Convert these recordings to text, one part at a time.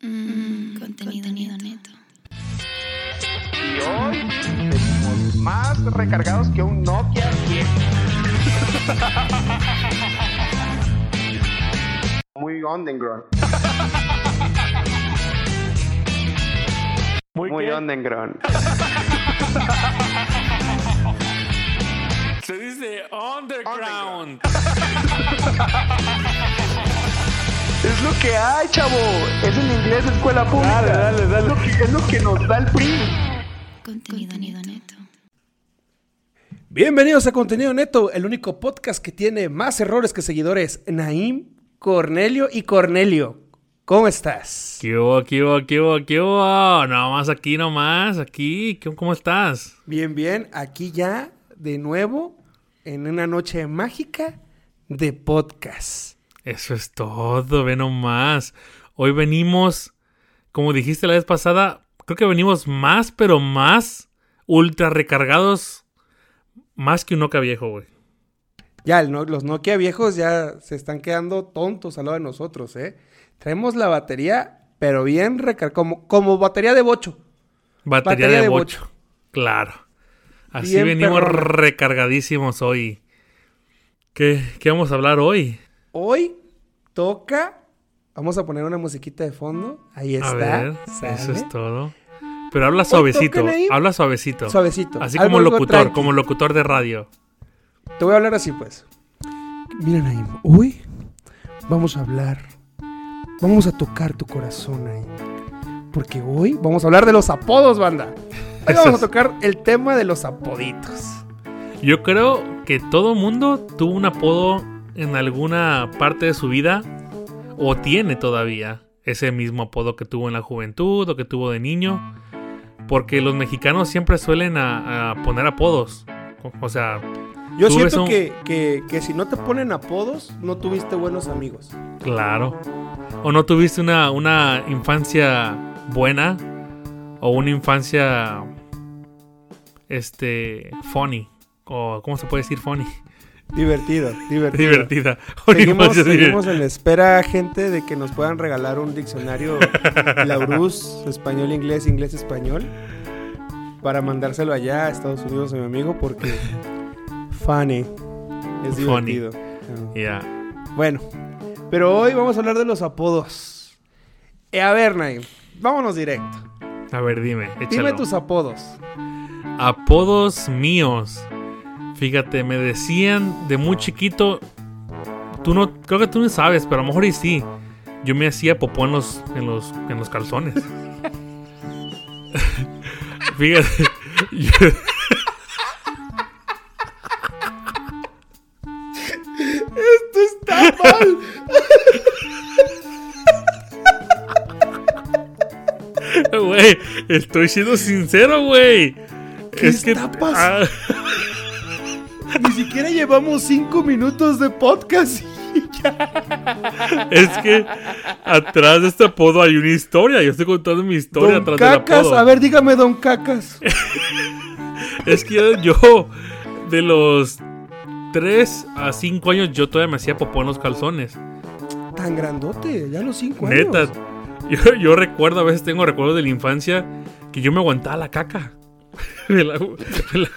Contenido, Mm, Contenido neto. Y hoy venimos más recargados que un Nokia 10. Muy underground. Muy, Muy qué? underground. Se dice underground. Es lo que hay, chavo. Es en inglés escuela pública. Dale, dale, dale. Es lo que, es lo que nos da el PRI. Contenido, neto. Bienvenidos a Contenido Neto, el único podcast que tiene más errores que seguidores. Naim, Cornelio y Cornelio, ¿cómo estás? ¿Qué hubo, qué hubo, qué hubo, qué hubo? Nomás aquí, nomás, aquí. ¿Qué- ¿Cómo estás? Bien, bien, aquí ya de nuevo en una noche mágica de podcast. Eso es todo, ve nomás. Hoy venimos, como dijiste la vez pasada, creo que venimos más, pero más ultra recargados, más que un Oca viejo, güey. Ya, el no- los Nokia viejos ya se están quedando tontos al lado de nosotros, ¿eh? Traemos la batería, pero bien recargada, como, como batería de bocho. Batería, Batería de, de bocho. Claro. Así Bien venimos perrona. recargadísimos hoy. ¿Qué, ¿Qué vamos a hablar hoy? Hoy toca. Vamos a poner una musiquita de fondo. Ahí está. Mm. A ver, ¿sale? eso es todo. Pero habla suavecito, tocan ahí. habla suavecito. Suavecito. Así Algo- como algo locutor, tranqui. como locutor de radio. Te voy a hablar así, pues. Mira, Naim, hoy vamos a hablar. Vamos a tocar tu corazón, Naim. Porque hoy vamos a hablar de los apodos, banda. Hoy Eso vamos a es. tocar el tema de los apoditos. Yo creo que todo mundo tuvo un apodo en alguna parte de su vida o tiene todavía ese mismo apodo que tuvo en la juventud o que tuvo de niño. Porque los mexicanos siempre suelen a- a poner apodos. O- O sea, Yo Tú ves siento un- que, que- que si no te ponen apodos, no tuviste buenos amigos. Claro. O no tuviste una, una infancia buena o una infancia este funny o cómo se puede decir funny Divertido, divertido. divertida Una Seguimos, infancia divertida. seguimos en la espera, gente, de que nos puedan regalar un diccionario Laurus, español, inglés, inglés, español, para mandárselo allá a Estados Unidos a mi amigo, porque funny es Funny. divertido. Ah, Ya. Bueno, pero hoy vamos a hablar de los apodos. Eh, a ver, Naim, vámonos directo. a ver dime Dime échalo. tus apodos. apodos míos fíjate me decían de muy chiquito tú no creo que tú no sabes pero a lo mejor y sí yo me hacía popó en los en los en los calzones fíjate yo- ¡Esto está mal! Güey, estoy siendo sincero, güey. ¿Qué está pasando? Ah, Ni siquiera llevamos cinco minutos de podcast. es que atrás de este apodo hay una historia. Yo estoy contando mi historia Don atrás del Cacas, apodo. a ver, dígame, Don Cacas. Es que yo, de los 3 a 5 años, yo todavía me hacía popó en los calzones. Tan grandote, ya a los cinco Neta. años. Yo, yo recuerdo, a veces tengo recuerdos de la infancia que yo me aguantaba la caca. Me la- me la-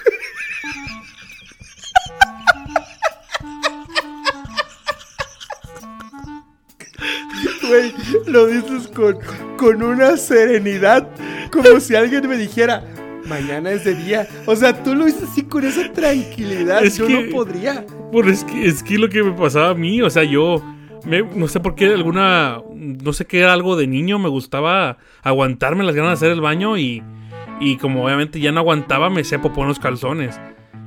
Güey, lo dices con, con una serenidad, como si alguien me dijera, mañana es de día. O sea, tú lo dices así con esa tranquilidad. Es Yo que- no podría. Por es que es que lo que me pasaba a mí, o sea, yo me- no sé por qué alguna, no sé qué era algo de niño, me gustaba aguantarme las ganas de hacer el baño y, y como obviamente ya no aguantaba, me hacía popó en los calzones.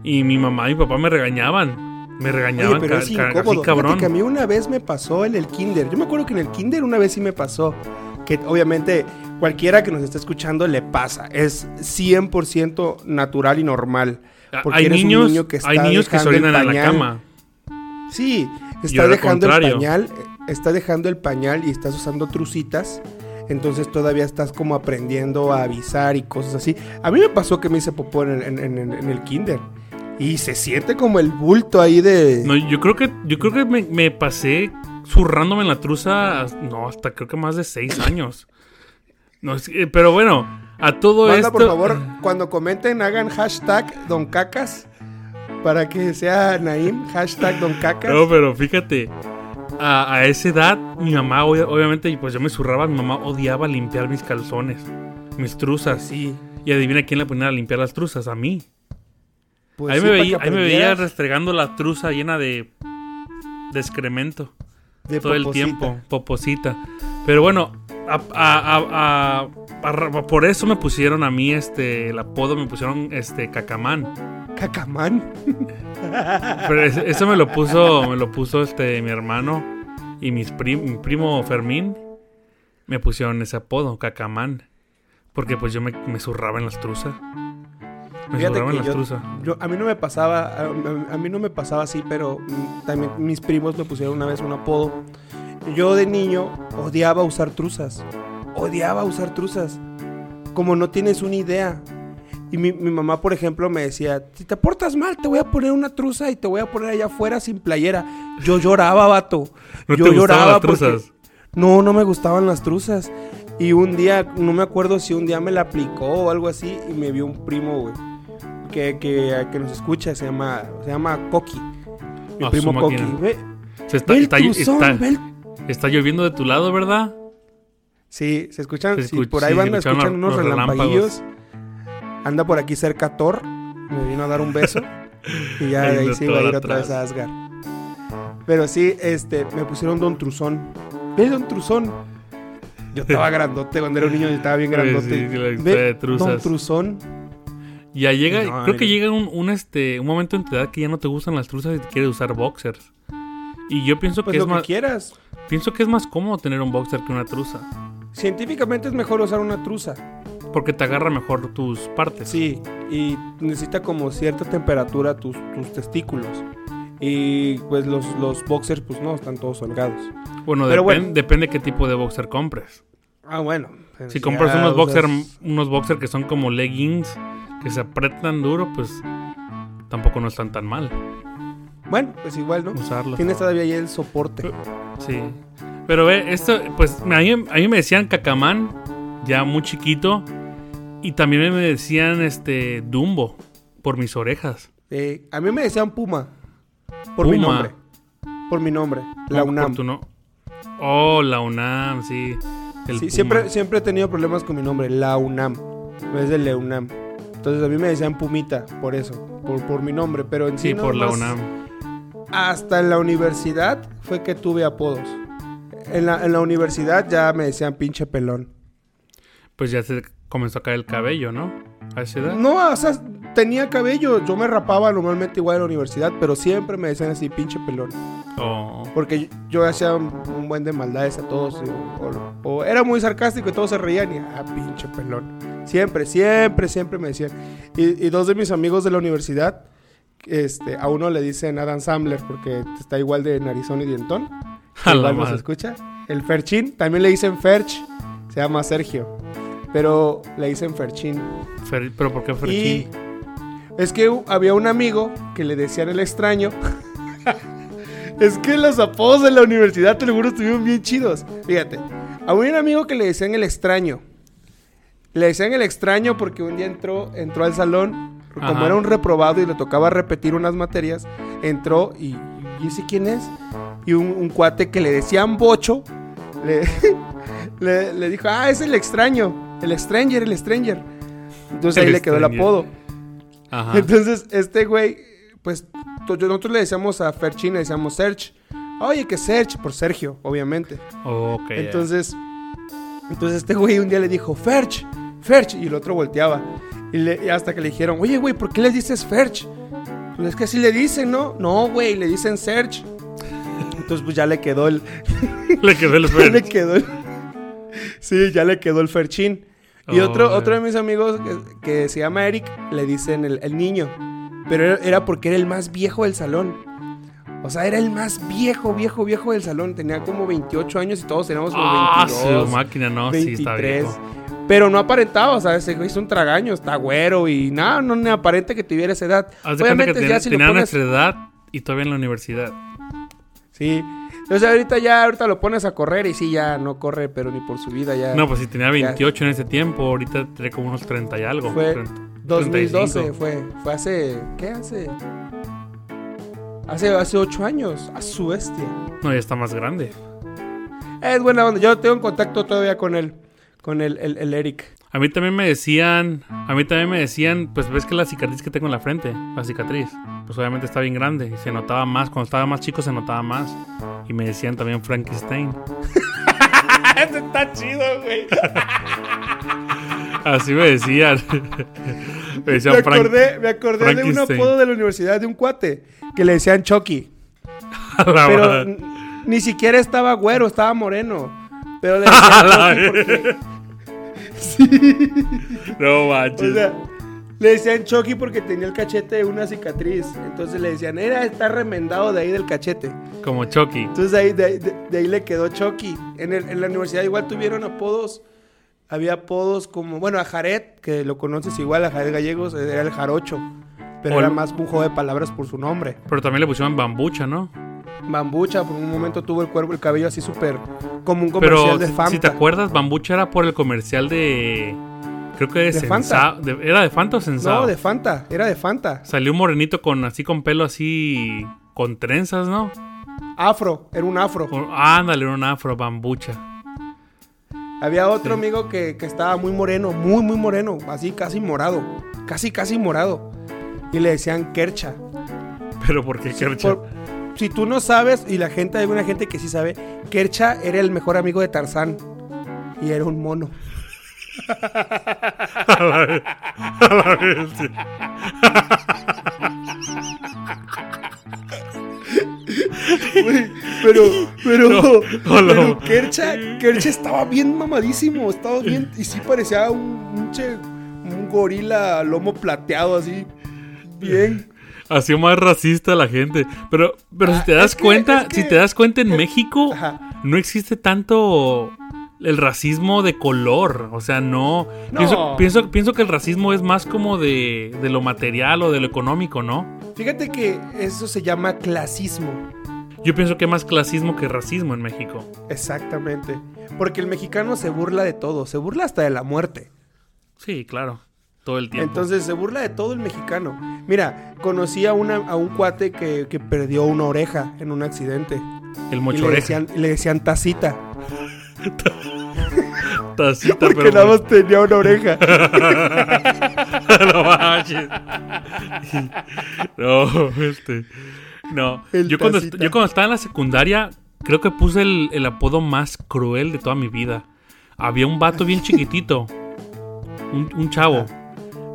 Y mi mamá y mi papá me regañaban, me Oye, regañaban pero ca- es ca- así, incómodo. Fíjate cabrón. que a mí una vez me pasó en el kinder. Yo me acuerdo que en el kinder una vez sí me pasó. Que obviamente cualquiera que nos esté escuchando le pasa. Es 100% natural y normal. Porque hay eres un niños, niño que hay está niños que se dejando el orinan en la pañal. cama. Sí, Yo está era dejando el contrario. pañal, eh, está dejando el pañal y estás usando trucitas, entonces todavía estás como aprendiendo a avisar y cosas así. A mí me pasó que me hice popó en, el- en- en- en- en el kinder y se siente como el bulto ahí de... No, yo creo que, yo creo que me, me pasé zurrándome en la truza, no, hasta creo que más de seis años. No, sí, eh, pero bueno, a todo Manda, esto. por favor, cuando comenten, hagan hashtag Don Cacas. Para que sea Naim, hashtag Don Cacas. No, pero fíjate. A, a esa edad, mi mamá, obvia- obviamente, y pues yo me zurraba, mi mamá odiaba limpiar mis calzones, mis truzas. Sí. Y adivina quién la ponía a limpiar las truzas, a mí. Pues ahí, sí, me para que veía, ahí me veía aprendieras restregando la truza llena de, de excremento de todo el poposita. tiempo, poposita. Pero bueno, a- a- a- a- a ra- por eso me pusieron a mí este, el apodo, me pusieron este cacamán. Cacamán. Pero es- eso me lo puso, me lo puso este, mi hermano y mis prim- mi primo Fermín. Me pusieron ese apodo, cacamán. Porque pues yo me, me zurraba en las truzas. Me Fíjate zurraba en que las yo- truzas. Yo, a mí no me pasaba, a, a- a mí no me pasaba así, pero mm, Ah. también mis primos me pusieron una vez un apodo. Yo de niño odiaba usar truzas. Odiaba usar truzas. Como no tienes una idea. Y mi, mi mamá, por ejemplo, me decía, si te portas mal, te voy a poner una truza y te voy a poner allá afuera sin playera. Yo lloraba, vato. ¿No Yo te gustaban las porque- truzas? No, no me gustaban las truzas. Y un día, no me acuerdo si un día me la aplicó o algo así, y me vio un primo, güey, que, que, que nos escucha, se llama, se llama Coqui. Mi Ah, su primo Coqui. máquina. Ve, Se está, ve el está- truzón, está- ve el- está lloviendo de tu lado, ¿verdad? Sí, se escuchan, Se si escucha- por ahí sí, se van, escucharon escuchan los- unos los relámpagos. relampaguillos. Anda por aquí cerca Thor, me vino a dar un beso. y ya Ahí de ahí anda se iba a Thor ir otra atrás. vez a Asgard. Pero sí, este, me pusieron Don Truzón. Ve Don Truzón. Yo estaba grandote cuando era un niño, yo estaba bien Sí, grandote. sí, sí, la Ve, historia de Don truzas. Truzón. Ya llega, No, eh. creo que mira. llega un, un, este, un momento en tu edad que ya no te gustan las truzas y te quieres usar boxers. Y yo pienso Pues que es lo que más quieras. pienso que es más cómodo tener un boxer que una truza, Científicamente es mejor usar una truza. porque te agarra mejor tus partes. Sí, y necesita como cierta temperatura tus, tus testículos. Y pues los, los boxers, pues no, están todos holgados. Bueno, Pero depen- bueno. depende qué tipo de boxer compres. Ah, bueno. Si ah, compras unos boxer unos boxer que son como leggings que se apretan duro, pues tampoco no están tan mal Bueno, pues igual, ¿no? usarlos. Tienes todavía ahí el soporte. Eh. Sí. Pero ve, esto, pues a mí, a mí me decían Cacamán, ya muy chiquito. Y también me decían este Dumbo, por mis orejas. Eh, a mí me decían Puma. Por mi Puma. Ah, nombre. Por mi nombre. La Por UNAM. tu no- Oh, la UNAM, sí. El Sí, Puma. siempre, siempre he tenido problemas con mi nombre. La UNAM. En vez de la UNAM. Entonces a mí me decían Pumita, por eso. Por, por mi nombre. Pero en sí. Sí, no, por la más- UNAM. Hasta en la universidad fue que tuve apodos. En la, en la universidad ya me decían pinche pelón. Pues ya se comenzó a caer el cabello, ¿no? A esa edad. No, o sea, tenía cabello. Yo me rapaba normalmente igual en la universidad, pero siempre me decían así, pinche pelón. Oh. Porque yo, yo hacía un, un buen de maldades a todos. y- o, o era muy sarcástico y todos se reían y, ah, pinche pelón. Siempre, siempre, siempre me decían. Y, y dos de mis amigos de la universidad, este, a uno le dicen Adam Sandler porque está igual de narizón y dientón. A la Igual nos madre. escucha. El Ferchín, también le dicen Ferch, se llama Sergio, pero le dicen Ferchín. Fer- pero ¿por qué Y Ferchín? es que u- había un amigo que le decían el extraño. es que los apodos de la universidad, te lo juro, estuvieron bien chidos. Fíjate, había un amigo que le decían el extraño. Le decían el extraño porque un día entró, entró al salón, como Ajá. era un reprobado y le tocaba repetir unas materias, entró y, ¿y ese quién es? Y un, un cuate que le decían bocho, le, le, le dijo, ah, es el extraño, el stranger, el stranger. Entonces El ahí le quedó el stranger. Ah. apodo. Ajá. Entonces, este güey, pues to- nosotros le decíamos a Ferchín, le decíamos Serge. Oye, que Serge, por Sergio, obviamente. Oh, ok, ya. Entonces, entonces este güey un día le dijo, Ferch, Ferch, y el otro volteaba. Y, le- y hasta que le dijeron, oye, güey, ¿por qué le dices Ferch? Pues es que así le dicen, ¿no? No, güey, le dicen Serge. Entonces, pues ya le quedó el... Le quedó el ya le Fer. quedó el- sí, ya le quedó el Ferchín. Y otro, Oh, otro de mis amigos que, que se llama Eric, le dicen el, el niño. Pero era- era porque era el más viejo del salón. O sea, era el más viejo, viejo, viejo del salón. Tenía como 28 años y todos teníamos como Ah, su 22. máquina, no, sí, está 23. viejo. pero no aparentaba, o sea, ese güey es un tragaño, está güero y nada, no me aparenta que tuviera esa edad. Haz de cuenta que ten- ya si lo tenía pones- nuestra edad y todavía en la universidad. Sí, Entonces ahorita ya, ahorita lo pones a correr y sí, ya no corre, pero ni por su vida ya. No, pues si tenía 28 en ese tiempo, ahorita tiene como unos 30 y algo. Fue 30, 2012 35. fue, fue hace, ¿qué hace? Hace, hace ocho años, a su bestia. No, ya está más grande. Es buena onda, yo tengo en contacto todavía con él, con el, el, el Eric. A mí también me decían, a mí también me decían, pues ves que la cicatriz que tengo en la frente, la cicatriz, pues obviamente está bien grande y se notaba más, cuando estaba más chico se notaba más. Y me decían también Frankenstein. Ese está chido, güey. Así me decían. me Me decían Frank. acordé, me acordé de un Frankenstein. apodo de la universidad de un cuate que le decían Chucky. A la Pero madre. n- ni siquiera estaba güero, estaba moreno. Pero le decían la Chucky porque. No manches. O sea, le decían Chucky porque tenía el cachete de una cicatriz. Entonces le decían, era, está remendado de ahí del cachete. Como Chucky. Entonces de ahí, de ahí- de- de ahí le quedó Chucky. En, el- en la universidad igual tuvieron apodos. Había apodos como, bueno, a Jared, que lo conoces igual, a Jared Gallegos, eh, era el Jarocho. Pero Ol- era más un juego de palabras por su nombre. Pero también le pusieron bambucha, ¿no? Bambucha, por un momento tuvo el cuervo, el cabello así súper como un comercial Pero de si- Fanta. si te acuerdas, bambucha era por el comercial de... Creo que de, De Fanta. Sensa- de- ¿Era de Fanta o Sensao? No, de Fanta, era de Fanta. Salió un morenito con así con pelo así con trenzas, ¿no? Afro, era un afro. Con- ándale, era un afro bambucha. Había otro amigo que, que estaba muy moreno, muy, muy moreno, así casi morado, casi, casi morado. Y le decían Kercha. Pero ¿por qué Kercha? Por- si tú no sabes, y la gente, hay una gente que sí sabe, Kercha era el mejor amigo de Tarzán. Y era un mono. Güey, pero, pero, No, no, pero no. Kercha, Kercha estaba bien mamadísimo, estaba bien, y sí parecía un, un, che- un gorila lomo plateado así, bien Así más racista la gente. Pero, pero Ah, si te das es que- cuenta, es que- si te das cuenta en México Ajá. no existe tanto el racismo de color. O sea, no. No. Pienso, pienso, pienso que el racismo es más como de, de lo material o de lo económico, ¿no? Fíjate que eso se llama clasismo. Yo pienso que hay más clasismo que racismo en México. Exactamente. Porque el mexicano se burla de todo, se burla hasta de la muerte. Sí, claro. Todo el tiempo. Entonces se burla de todo el mexicano. Mira, conocí a, una, a un cuate que, que perdió una oreja en un accidente. el Y le mochoreja. decían, le decían tacita. Tacita, Porque pero nada más tenía una oreja. no manches. No, este. No. El Yo cuando, est- tacita. yo cuando estaba en la secundaria, creo que puse el, el apodo más cruel de toda mi vida. Había un vato bien chiquitito. Un, un chavo.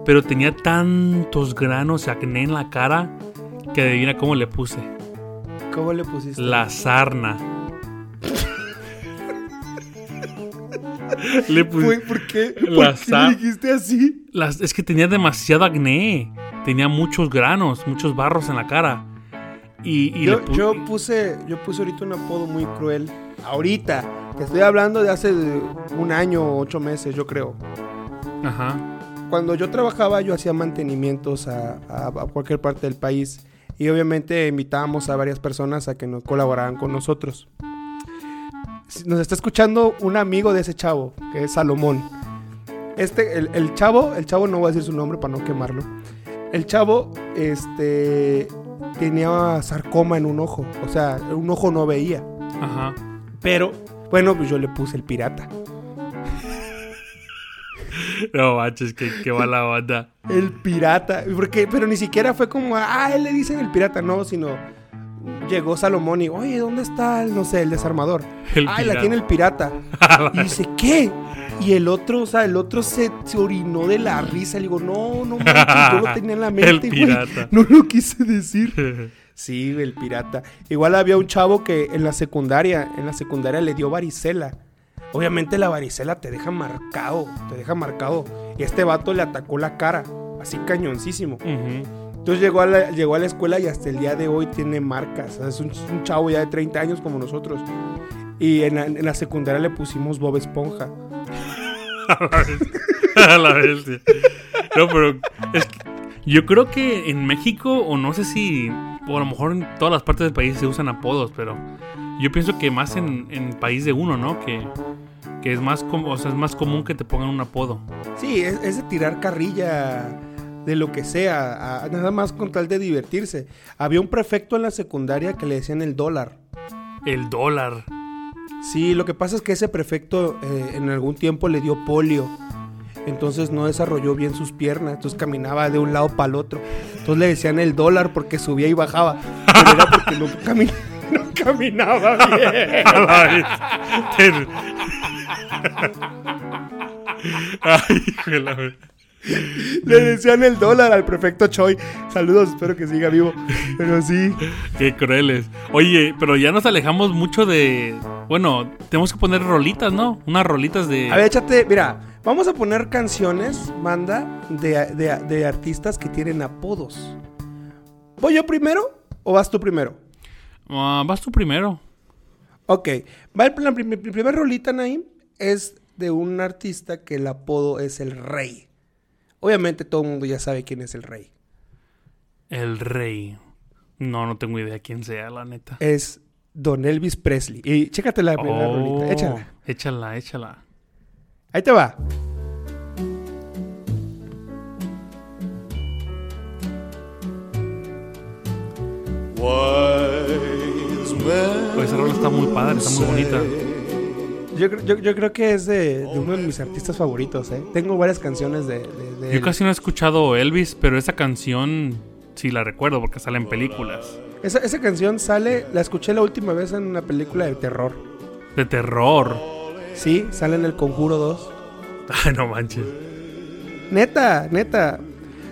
Pero tenía tantos granos y acné en la cara que adivina cómo le puse. ¿Cómo le pusiste? La sarna. le Güey, puse. ¿por qué? La ¿Por qué sa- le dijiste así? Las- es que tenía demasiado acné. Tenía muchos granos, muchos barros en la cara. Y, y Yo, le pu- yo puse, yo puse ahorita un apodo muy cruel. Ahorita. Te estoy hablando de hace de un año, ocho meses, yo creo. Ajá. Cuando yo trabajaba, yo hacía mantenimientos a, a- a cualquier parte del país. Y obviamente invitábamos a varias personas a que nos colaboraran con nosotros. Si- Nos está escuchando un amigo de ese chavo, que es Salomón. Este, el, el chavo, el chavo no voy a decir su nombre para no quemarlo. El chavo, este, tenía sarcoma en un ojo. O sea, un ojo no veía. Ajá. Pero, bueno, pues yo le puse el pirata. No manches, que, que va la banda. El pirata. Porque, pero ni siquiera fue como, ah, él le dicen el pirata, no, sino llegó Salomón y, oye, ¿dónde está el, no sé, el desarmador? El ah, pirata. la tiene el pirata. y dice, ¿qué? Y el otro, o sea, el otro se, se orinó de la risa. Le digo, no, no manches, yo lo tenía en la El mente, güey. pirata. No lo quise decir. Sí, el pirata. Igual había un chavo que en la secundaria, en la secundaria le dio varicela. Obviamente la varicela te deja marcado, te deja marcado. Y este vato le atacó la cara, así cañoncísimo. Ujú. Entonces llegó a la, llegó a la escuela y hasta el día de hoy tiene marcas. O sea, es un, un chavo ya de 30 años como nosotros. Y en la, en la secundaria le pusimos Bob Esponja. A la vez, sí. No, pero es que yo creo que en México, o no sé si, o a lo mejor en todas las partes del país se usan apodos, pero Yo pienso que más en, en país de uno, ¿no? Que, que es, más com- o sea, es más común que te pongan un apodo. Sí, es, es de tirar carrilla de lo que sea, a- nada más con tal de divertirse. Había un prefecto en la secundaria que le decían el dólar. El dólar. Sí, lo que pasa es que ese prefecto eh, en algún tiempo le dio polio. Entonces no desarrolló bien sus piernas, entonces caminaba de un lado para el otro. Entonces le decían el dólar porque subía y bajaba. Pero era porque no, cami- no caminaba bien. A la vez. Ten- Ay, hijo de la ve- Le decían el dólar al prefecto Choi. Saludos, espero que siga vivo. Pero sí. Qué crueles. Oye, pero ya nos alejamos mucho de. Bueno, tenemos que poner rolitas, ¿no? Unas rolitas de. A ver, échate, mira, vamos a poner canciones, banda, de, de- de artistas que tienen apodos. ¿Voy yo primero o vas tú primero? Ah, vas tú primero. Ok, va el, la prim- mi primer rolita, Naim, es de un artista que el apodo es el rey. Obviamente todo el mundo ya sabe quién es el rey. El rey. No, no tengo idea quién sea, la neta. Es Don Elvis Presley. Y chécate la primera Oh, rolita, échala. Échala, échala. Ahí te va. Pues esa rola está muy padre, está muy bonita. Yo, cre- yo- yo creo que es de, de uno de mis artistas favoritos, ¿eh? Tengo varias canciones de... de- de Yo él. casi no he escuchado Elvis, pero esa canción sí la recuerdo porque sale en películas. Esa, esa canción sale, la escuché la última vez en una película de terror. De terror. Sí, sale en El Conjuro 2. Ay, no manches. Neta, neta.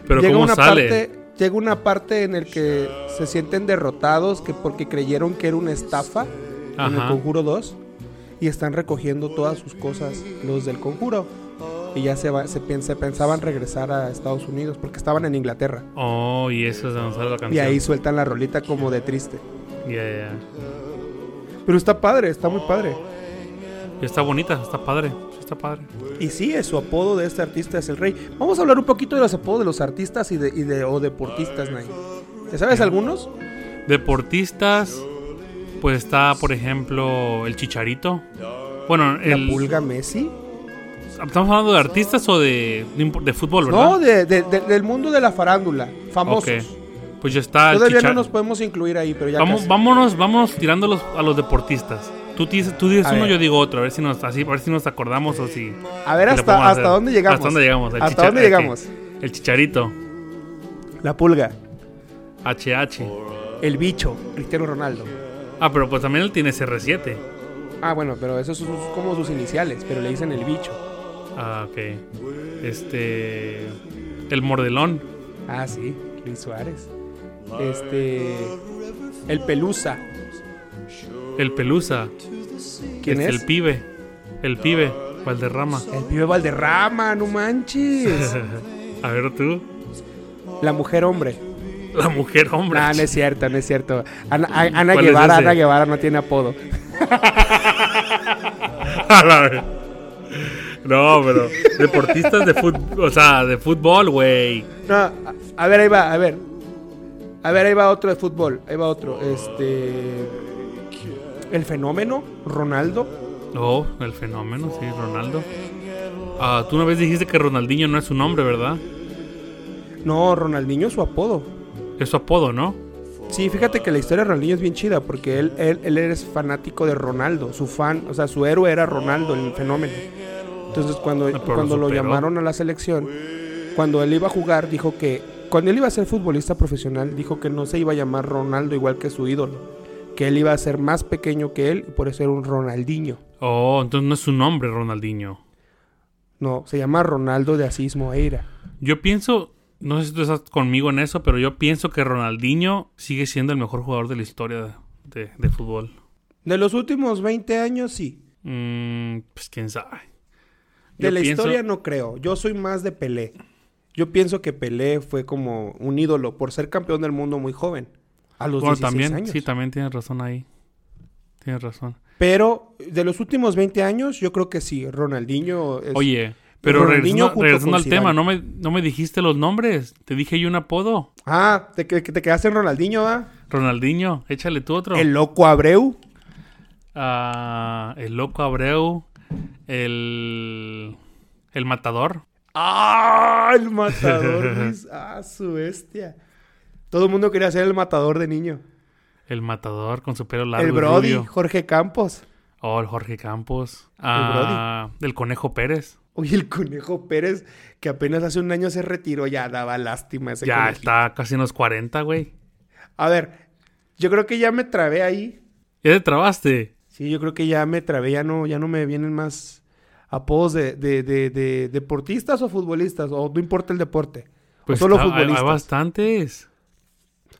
Pero ¿cómo una sale? Parte, llega una parte en el que se sienten derrotados que porque creyeron que era una estafa en El Ajá. Conjuro 2 y están recogiendo todas sus cosas los del Conjuro. Y ya se, va, se piensa, pensaban regresar a Estados Unidos porque estaban en Inglaterra. Oh, y eso es de donde sale la Y canción. ahí sueltan la rolita como de triste. Ya, ya. Pero está padre, está muy padre. Y Está bonita, está padre. sí Está padre. Y sí, es su apodo de este artista es el rey. Vamos a hablar un poquito de los apodos de los artistas y de, y de- o deportistas, Nay. ¿Te sabes algunos? Deportistas, pues está, por ejemplo, el Chicharito. Bueno, el, La Pulga Messi. ¿estamos hablando de artistas o de, de impo- de fútbol, verdad? No, de- de- de- del mundo de la farándula. Famosos. Ok. Pues ya está el Todavía no Chicha- nos podemos incluir ahí, pero ya Vamos, casi. vámonos, vámonos tirando a los, a los deportistas. Tú dices, tú dices A uno, ver. yo digo otro. A ver si nos, así, a ver si nos acordamos o si. A ver si lo podemos hasta, hacer. hasta dónde llegamos. Hasta dónde llegamos. El Hasta chicha- dónde ok. llegamos. El chicharito. La Pulga, HH. el bicho, Cristiano Ronaldo. Ah, pero pues también él tiene CR7. Ah, bueno, pero esos son sus- como sus iniciales, pero le dicen el bicho. Ah, ok. Este. El mordelón. Ah, sí, Luis Suárez. Este. El Pelusa. El pelusa. ¿Quién este, es? El pibe. El pibe. Valderrama. El pibe Valderrama, no manches. a ver tú. La mujer hombre. Ah, La mujer, hombre. No, no es cierto, no es cierto. Ana, a- Ana ¿Cuál es Guevara, ese? Ana Guevara no tiene apodo. A la vez. No, pero deportistas de fútbol, o sea, de fútbol, güey. No, a, a ver, ahí va, a ver. A ver, ahí va otro de fútbol. Ahí va otro. Este. El fenómeno, Ronaldo. Oh, el fenómeno, sí, Ronaldo. Ah, tú una vez dijiste que Ronaldinho no es su nombre, ¿verdad? No, Ronaldinho es su apodo. Es su apodo, ¿no? Sí, fíjate que la historia de Ronaldinho es bien chida porque él, él, él es fanático de Ronaldo. Su fan, o sea, su héroe era Ronaldo, el fenómeno. Entonces, cuando, Ah, pero lo cuando lo superó. llamaron a la selección, cuando él iba a jugar, dijo que. Cuando él iba a ser futbolista profesional, dijo que no se iba a llamar Ronaldo igual que su ídolo. Que él iba a ser más pequeño que él y por eso era un Ronaldinho. Oh, entonces no es su nombre, Ronaldinho. No, se llama Ronaldo de Asís Moeira. Yo pienso, no sé si tú estás conmigo en eso, pero yo pienso que Ronaldinho sigue siendo el mejor jugador de la historia de, de fútbol. De los últimos 20 años, sí. Mm, pues quién sabe. De Yo la pienso- historia no creo. Yo soy más de Pelé. Yo pienso que Pelé fue como un ídolo por ser campeón del mundo muy joven. A los Bueno, 16 también, años. sí, también tienes razón ahí. Tienes razón. Pero de los últimos 20 años, yo creo que sí. Ronaldinho es... Oye, pero Ronaldinho regresando, junto regresando con al tema, Zidane. ¿no me, no me dijiste los nombres. Te dije yo un apodo. Ah, te, que- que te quedaste en Ronaldinho, ¿va? Ronaldinho, échale tú otro. El loco Abreu. ah, el Loco Abreu, el, el Matador. ¡Ah! El matador, Luis. ¡Ah, su bestia! Todo el mundo quería ser el matador de niño. El Matador con su pelo largo. el y Brody, rubio. Jorge Campos. Oh, el Jorge Campos. Ah, el Conejo Pérez. Oye, el Conejo Pérez, que apenas hace un año se retiró, ya daba lástima ese ya conejito. está casi en los 40, güey. A ver, yo creo que ya me trabé ahí. ¿Ya te trabaste? Sí, yo creo que ya me trabé, ya no, ya no me vienen más apodos de, de- de- de deportistas o futbolistas, o no importa el deporte. O solo ah, hay- Hay, futbolistas. bastantes.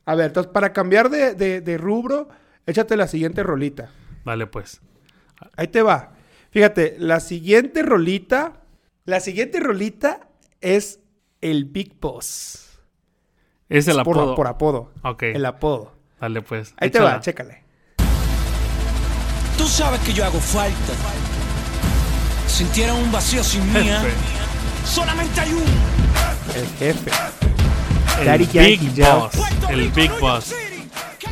A ver, entonces para cambiar de, de- de rubro, échate la siguiente rolita. Dale, pues. Ahí te va. Fíjate, la siguiente rolita, la siguiente rolita es el Big Boss. Es el Por- apodo. Por apodo. Ok. El apodo. Dale, pues. Ahí te Échala. va, chécale. Tú sabes que yo hago falta. Sintieron un vacío sin mía. Jefe. Solamente hay un. El jefe. El Daddy Yankee Big Jam. Boss. El Big Boss.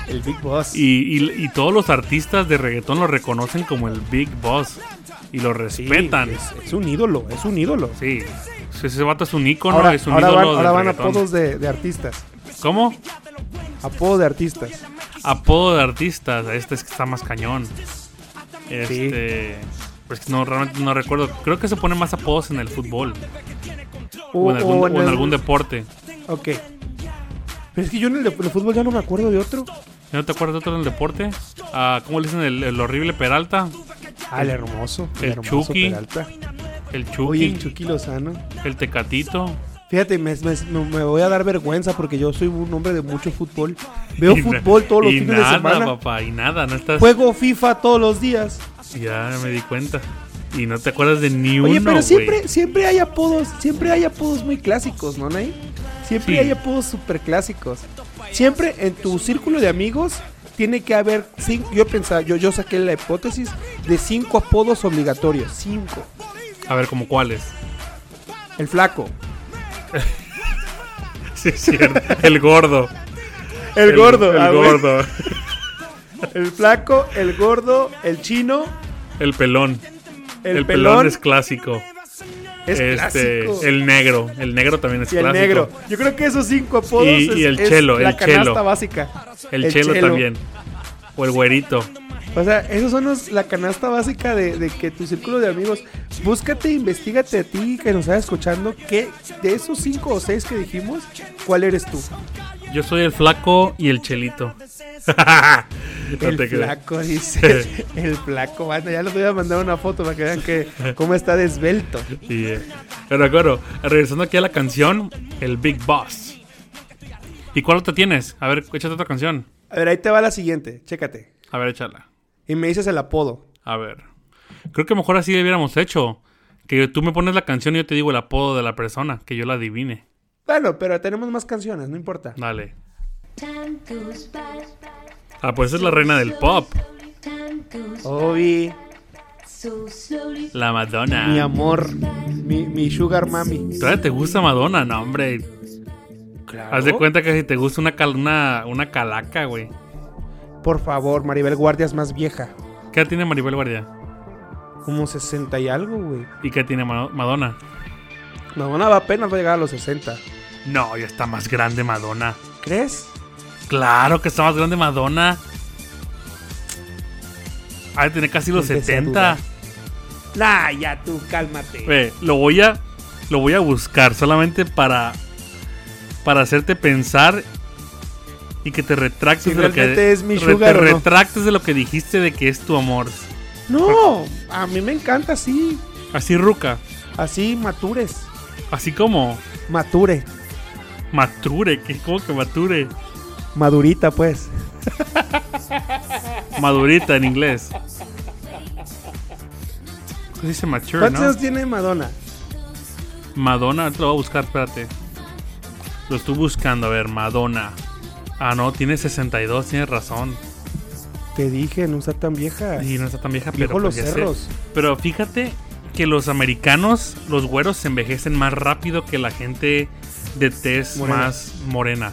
El Big Boss. Y, y- y todos los artistas de reggaetón lo reconocen como el Big Boss. Y lo Sí, respetan. Es, es un ídolo, es un ídolo. Sí. Sí, Ese vato es un ícono, Ahora, es un ahora ídolo van, del ahora van reggaetón. apodos de, de artistas. ¿Cómo? Apodos de artistas. Apodo de artistas. Este es que está más cañón. Este. Pues que no, realmente no recuerdo. Creo que se ponen más apodos en el fútbol. O, en algún, o en algún deporte. Ok. Pero es que yo en el, de- en el fútbol ya no me acuerdo de otro. ¿No te acuerdas de otro del deporte? Ah, ¿Cómo le dicen el, el horrible Peralta? Ah, el hermoso. El, El hermoso Chucky. Peralta. El Chucky. Oye, el el, Chucky Lozano. Tecatito. Fíjate, me, me- me voy a dar vergüenza porque yo soy un hombre de mucho fútbol. Veo Y na- fútbol todos los y fines nada, de semana. papá, y nada. No estás. Juego FIFA todos los días. Ya me di cuenta. Y no te acuerdas de ni uno. Oye, pero güey. siempre, siempre hay apodos, siempre hay apodos muy clásicos, ¿no, Nay? Siempre Sí. hay apodos súper clásicos. Siempre en tu círculo de amigos tiene que haber cinco, yo pensaba, yo, yo saqué la hipótesis de cinco apodos obligatorios. Cinco. A ver, ¿como cuáles? El flaco. Sí, es cierto. El gordo. El, gordo. El ah, güey. gordo. El flaco, el gordo, el chino, El pelón. el, el pelón. pelón es clásico. es este, clásico. el negro, el negro también es y el clásico. negro. Yo creo que esos cinco apodos Y- es, y el es chelo, la el chelo. canasta básica. El, El chelo, chelo. también. O el güerito. O sea, esos son los- la canasta básica de, de que tu círculo de amigos. Búscate, investigate a ti que nos estás escuchando. Que de esos cinco o seis que dijimos, ¿cuál eres tú? Yo soy el flaco y el chelito. No el te creas. flaco, dice. el flaco, banda. Ya les voy a mandar una foto para que vean que cómo está desvelto. Sí, eh. Pero claro, regresando aquí a la canción, el Big Boss. ¿Y cuál otra tienes? A ver, échate otra canción. A ver, ahí te va la siguiente. Chécate. A ver, échala. Y me dices el apodo. A ver. Creo que mejor así hubiéramos hecho. Que tú me pones la canción y yo te digo el apodo de la persona, que yo la adivine. Bueno, pero tenemos más canciones, no importa. Dale. Tantos bar, Ah, pues es la reina del pop. tantos Obi, so slowly La Madonna. mi amor, mi, mi sugar mami. ¿Todavía te gusta Madonna? No, hombre. Claro. Haz de cuenta que si te gusta una, cal- una, una calaca, güey. Por favor, Maribel Guardia es más vieja. ¿Qué edad tiene Maribel Guardia? Como 60 y algo, güey. ¿Y qué tiene Ma- Madonna? Madonna va apenas va a llegar a los 60. No, ya está más grande Madonna. ¿Crees? Claro que está más grande Madonna. Ah, tiene casi los Empecé a 70. dudar. Nah, ya tú, cálmate. Ve, lo voy a lo voy a buscar solamente para para hacerte pensar y que te retractes Si de lo que realmente es mi re- sugar te o no. retractes de lo que dijiste de que es tu amor. No, a mí me encanta así. Así ruca, Así matures. así como Mature. mature, que como que mature, Madurita, pues. madurita en inglés. Se dice mature, ¿Cuántos ¿no? años tiene Madonna? Madonna, ahorita lo voy a buscar, espérate. Lo estoy buscando, a ver, Madonna. Ah, no, tiene 62, tienes razón. Te dije, no está tan vieja. Y no está tan vieja, pero pues Viejo los ya sé. cerros. Pero fíjate que los americanos, los güeros, se envejecen más rápido que la gente de tez Morena. más morena.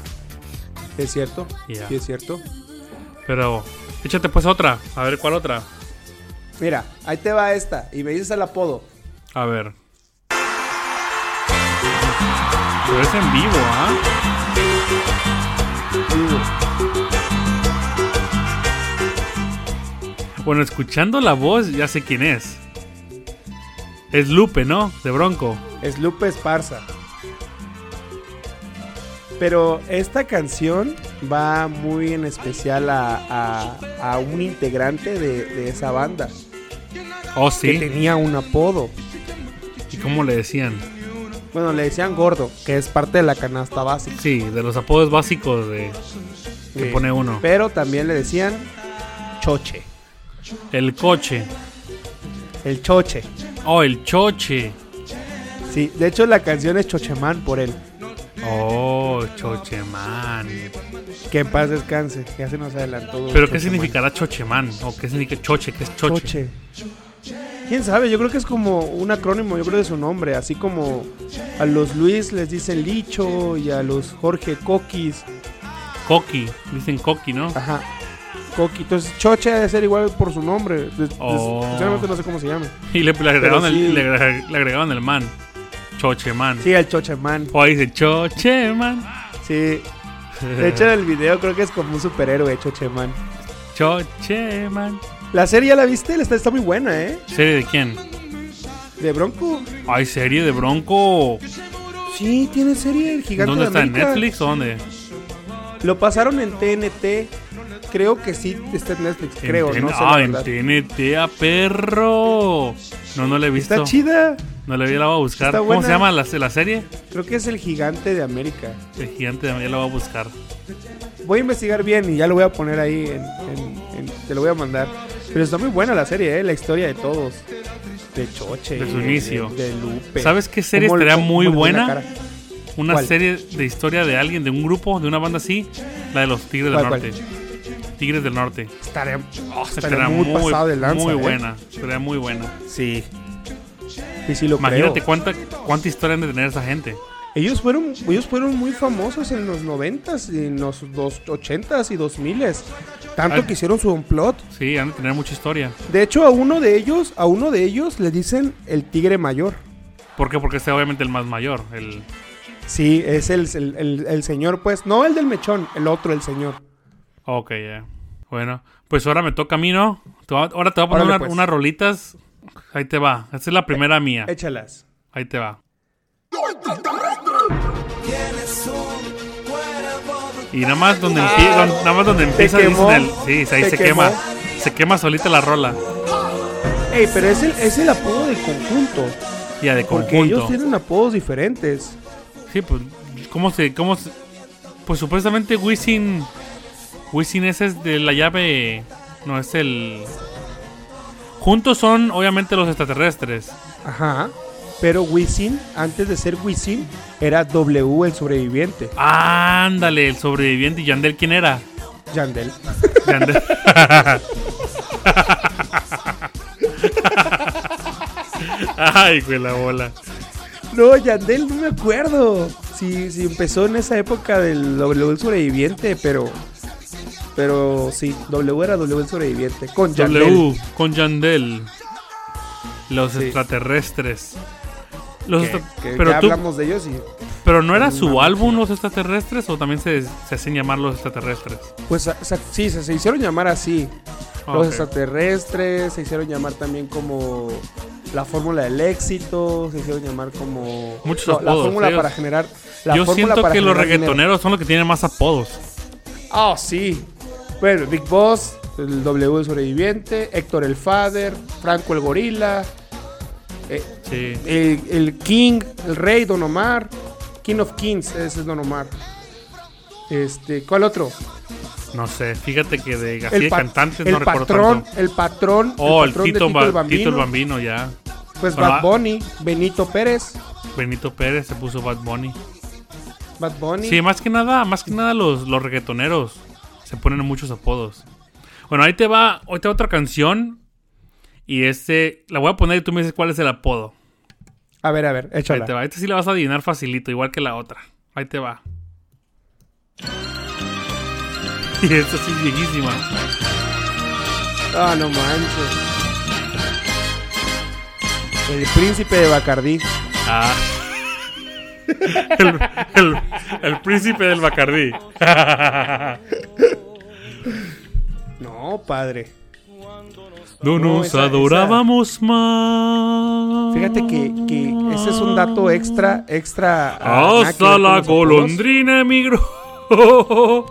Es cierto. Ya. Sí, es cierto. Pero échate pues otra, a ver cuál otra. Mira, ahí te va esta. Y me dices el apodo. A ver. Pero es en vivo, ¿ah? Uh. Bueno, escuchando la voz ya sé quién es. Es Lupe, ¿no? De Bronco. Es Lupe Esparza. Pero esta canción va muy en especial a, a- a un integrante de, de esa banda Oh, que sí. tenía un apodo. ¿Y cómo le decían? Bueno, le decían gordo, que es parte de la canasta básica. Sí, de los apodos básicos de que Sí. pone uno. Pero también le decían choche. El coche. El choche. Oh, el choche. Sí, de hecho la canción es Chochemán por él. Oh, chochemán. Que en paz descanse, ya se nos adelantó. ¿Pero qué Chochemán. significará chochemán? ¿O qué significa choche? ¿Qué es choche? Choche. ¿Quién sabe? Yo creo que es como un acrónimo, yo creo de su nombre, así como a los Luis les dicen Licho y a los Jorge Coquis, Coqui. Dicen coqui, ¿no? ajá, Coqui. Entonces Choche debe ser igual por su nombre, Des- des- Oh. sinceramente no sé cómo se llama. Y le, le agregaron sí. el, le, agre- le agregaron el man. Chochemán. Sí, el Chocheman, O ahí dice chocheman. sí. De hecho en el video creo que es como un superhéroe, Chocheman. chocheman. La serie ya la viste, La está, está muy buena, ¿eh? ¿Serie de quién? De Bronco. Ay, serie de Bronco. Sí, tiene serie, el gigante ¿Dónde de está? ¿En América. Netflix o dónde? Lo pasaron en TNT. Creo que sí está en Netflix, En creo, TN no sé la Ah, en verdad. TNT a perro. No, no la he visto. Está chida. No la, vi, la voy a buscar. Está ¿Cómo buena. se llama la, la serie? Creo que es el gigante de América. El gigante de ya la voy a buscar. Voy a investigar bien y ya lo voy a poner ahí. En, en- en- te lo voy a mandar. Pero está muy buena la serie, ¿eh? La historia de todos. De Choche. De su inicio. De, de Lupe. ¿Sabes qué serie Cómo- estaría cómo- muy cómo le ven la buena? cara. Una ¿Cuál? serie de historia de alguien, de un grupo, de una banda así. La de los Tigres del ¿Cuál, cuál? Norte. Tigres del Norte. Estaría, oh, estaría Será muy, pasado de lanza. muy ¿eh? buena. Será muy buena. Sí. Sí, sí, lo Imagínate creo. cuánta, cuánta historia han de tener esa gente. Ellos fueron, ellos fueron muy famosos en los 90s, y en los dos- 80s y 2000s. Tanto Ay. que hicieron su plot. Sí, han de tener mucha historia. De hecho, a uno de ellos, a uno de ellos le dicen el tigre mayor. ¿Por qué? Porque este es obviamente el más mayor. El... Sí, es el, el- el- el señor, pues. No el del mechón, el otro, el señor. Ok, ya. Bueno, pues ahora me toca a mí, ¿no? Te va- Ahora te voy a poner Órale, una- pues. Eh, unas rolitas. Ahí te va. Esta es la primera mía. Échalas. Ahí te va. Y nada más donde, empie- don- nada más donde empieza Ah, quemó. dicen el- Sí, ahí Te se quema. quemó. Se quema solita la rola. Ey, pero es el, es el apodo del conjunto. Ya, de Porque conjunto. ellos tienen apodos diferentes. Sí, pues, ¿cómo se, cómo se- Pues supuestamente Wisin... Wisin ese es de la llave... No, es el... Juntos son, obviamente, los extraterrestres. Ajá. Pero Wisin, antes de ser Wisin, era W el sobreviviente. Ándale, el sobreviviente. ¿Y Yandel quién era? Yandel. Yandel. Ay, güey, la bola. No, Yandel, no me acuerdo. Si sí, empezó en esa época del W el sobreviviente, pero. Pero sí, W era W el sobreviviente. Con Yandel. W con Yandel. Los extraterrestres. Los que- extra- que pero ya tú, hablamos de ellos y. pero no era Una su álbum los extraterrestres o también se, se hacen llamar los extraterrestres. Pues sa- sa- sí, se, se hicieron llamar así. Ah, Los ok. extraterrestres, se hicieron llamar también como la fórmula del éxito, se hicieron llamar como Muchos no, la apodos, fórmula ellos- para generar. La Yo fórmula siento para que los generar dinero. reggaetoneros son los que tienen más apodos. Ah, sí. Bueno, Big Boss, el W el sobreviviente, Héctor el Father, Franco el Gorila, eh, Sí. el, el King, el Rey Don Omar, King of Kings, ese es Don Omar. Este, ¿cuál otro? No sé, fíjate que de así de pa- cantantes el no recuerdo patrón, tanto. el patrón, Oh, el patrón de Tito, Ba- Tito el Bambino ya. Pues Bueno, Bad va- Bunny, Benito Pérez, Benito Pérez se puso Bad Bunny. Bad Bunny. Sí, más que nada, más que nada los, los reggaetoneros se ponen muchos apodos. Bueno, ahí te va, ahí te va otra canción. Y este, la voy a poner y tú me dices cuál es el apodo. A ver, a ver, Ahí échala. te va. Esta sí la vas a adivinar facilito, igual que la otra. Ahí te va. Y esta sí es viejísima. Ah, no manches. El príncipe de Bacardí. Ah. El, el- el príncipe del Bacardí. No, padre. No No, nos esa- adorábamos más. Fíjate que, que ese es un dato extra, extra. ah, nada que Hasta ver con la los apodos. golondrina emigró.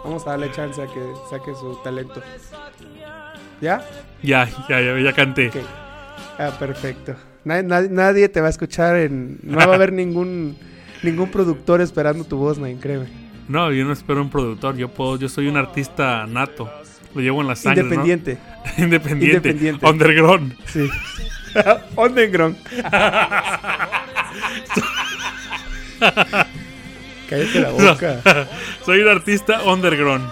Vamos a darle chance a que saque su talento. ¿Ya? ya, ya, ya, ya canté. Ok. Ah, perfecto. Na- na- nadie te va a escuchar en... No va a haber ningún, ningún productor esperando tu voz, Nain, créeme. No, yo no espero un productor. Yo puedo, yo soy un artista nato. Lo llevo en la sangre. ¿no? Independiente. Independiente. Independiente. Underground. Sí. Underground. Cállate la boca. Soy un artista underground.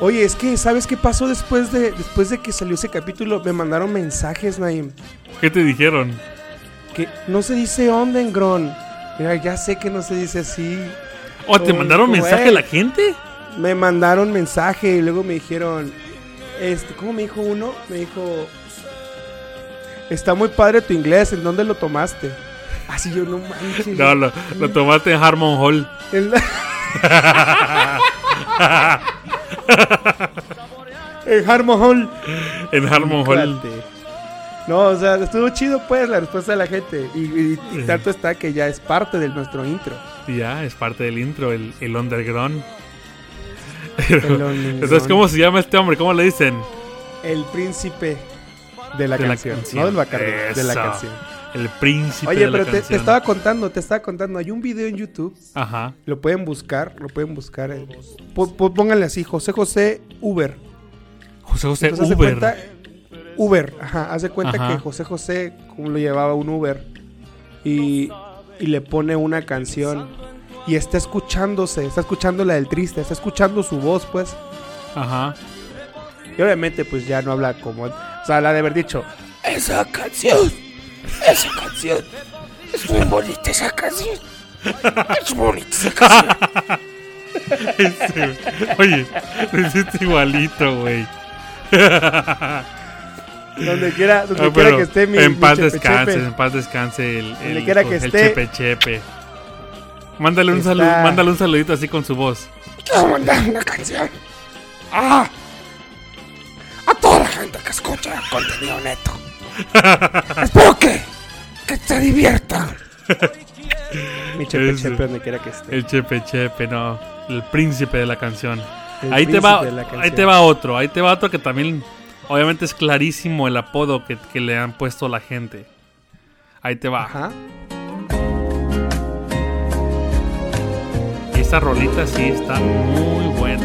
Oye, es que, ¿sabes qué pasó después de, después de que salió ese capítulo? Me mandaron mensajes, Naim. ¿Qué te dijeron? Que no se dice Ondengron. Mira, ya sé que no se dice así. ¿O te Oh, mandaron güey. mensaje a la gente? Me mandaron mensaje y luego me dijeron. Este, ¿Cómo me dijo uno? Me dijo. Está muy padre tu inglés, ¿en dónde lo tomaste? Así yo no manches. No, lo, lo tomaste en Harmon Hall. El- en Harmon Hall. En Harmon Hall. Espérate. No, o sea, estuvo chido pues la respuesta de la gente. Y, y- y tanto está que ya es parte de nuestro intro. Ya, es parte del intro, el, el underground. underground. Entonces, ¿cómo se llama este hombre? ¿Cómo le dicen? El príncipe de la, De la canción, canción. No del Bacardi, de la Eso. canción. El príncipe Oye, de la pero te, te canción. estaba contando, te estaba contando. Hay un video en YouTube. Ajá. Lo pueden buscar, lo pueden buscar. eh. Po- po- pónganle así, José José Uber. José José Entonces, Uber. Hace cuenta, Uber, ajá, hace cuenta Ajá. que José José como lo llevaba un Uber y, y le pone una canción y está escuchándose, está escuchando la del triste, está escuchando su voz, pues. Ajá. Y obviamente, pues ya no habla como. O sea, la de haber dicho, Esa canción, esa canción, es muy bonita esa canción. Es bonita esa canción. Ese- Este, Oye, lo hiciste igualito, güey. donde quiera, donde Ah, quiera pero que esté mi. en mi paz Chepe descanse, Chepe". en paz descanse el, el, Donde quiera que el esté. Chepe Chepe. Mándale un, Está- saludo, mándale un saludito así con su voz. Quiero mandar una canción. Ah, a toda la gente que escucha contenido neto. Espero que, que se diviertan. Mi Chepe Ese. Chepe, donde quiera que esté. El Chepe Chepe, no. El príncipe de la canción. El ahí te va, príncipe de la canción. ahí te va otro, ahí te va otro que también obviamente es clarísimo el apodo que, que le han puesto a la gente. Ahí te va. Ajá. Esta rolita sí está muy buena.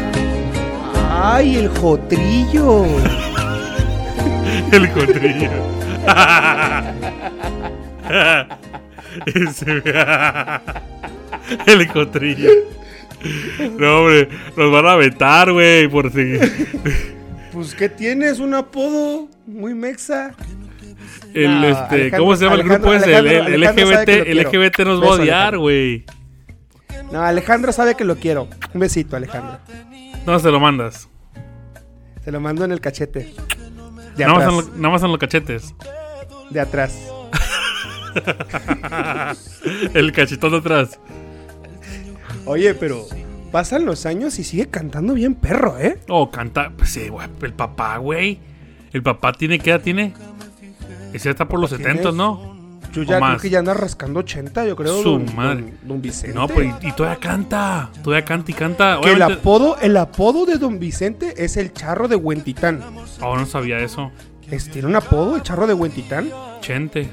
¡Ay, el Jotrillo! El cotrillo. Ese- El cotrillo. No, hombre, nos van a vetar, güey, por si. pues, ¿qué tienes? Un apodo muy mexa. El, No, este, Alejandro- ¿Cómo se llama el grupo ese? El, Alejandro- el Alejandro sabe que LGBT, lo el quiero. LGBT nos va a Beso, odiar, Alejandro. güey. No, Alejandro sabe que lo quiero. Un besito, Alejandro. No, se lo mandas. Se lo mando en el cachete. De Nada más, atrás. en lo- nada más en los cachetes. De atrás. El cachetón de atrás. Oye, pero pasan los años y sigue cantando bien perro, ¿eh? Oh, canta. Pues sí, güey. El papá, güey. El papá tiene, ¿qué edad tiene? Ese está por los tiene 70, ¿no? Yo O ya creo más. que ya anda rascando 80, yo creo. Su don- madre. Don, don Vicente. No, pero y, y todavía canta. Todavía canta y canta. Que el Obviamente- apodo, el apodo de Don Vicente es el charro de Huentitán. Oh, no sabía eso. Es- ¿Tiene un apodo, el charro de Huentitán? Chente.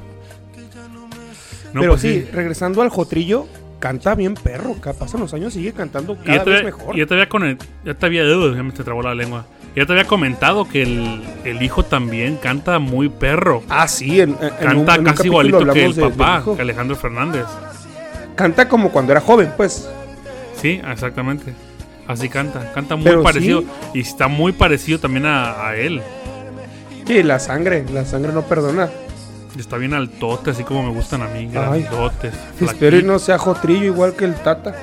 No, pero pues sí, regresando al Jotrillo, canta bien perro. ca- Pasan los años, sigue cantando Y este ya cada te, vez había- mejor. ya te había con ya te había uh, ya me te trabó la lengua. Ya te había comentado que el, el hijo también canta muy perro. Ah, sí, en, en- en un- Canta en un casi capítulo igualito que el hablamos de- del papá, hijo. que Alejandro Fernández. Canta como cuando era joven, pues. Sí, exactamente. Así canta, canta muy Pero parecido sí. y está muy parecido también a, a él. Sí, la sangre, la sangre no perdona. Está bien altote, así como me gustan a mí, Ay. grandotes. Espero y flaquitos. no sea Jotrillo igual que el Tata.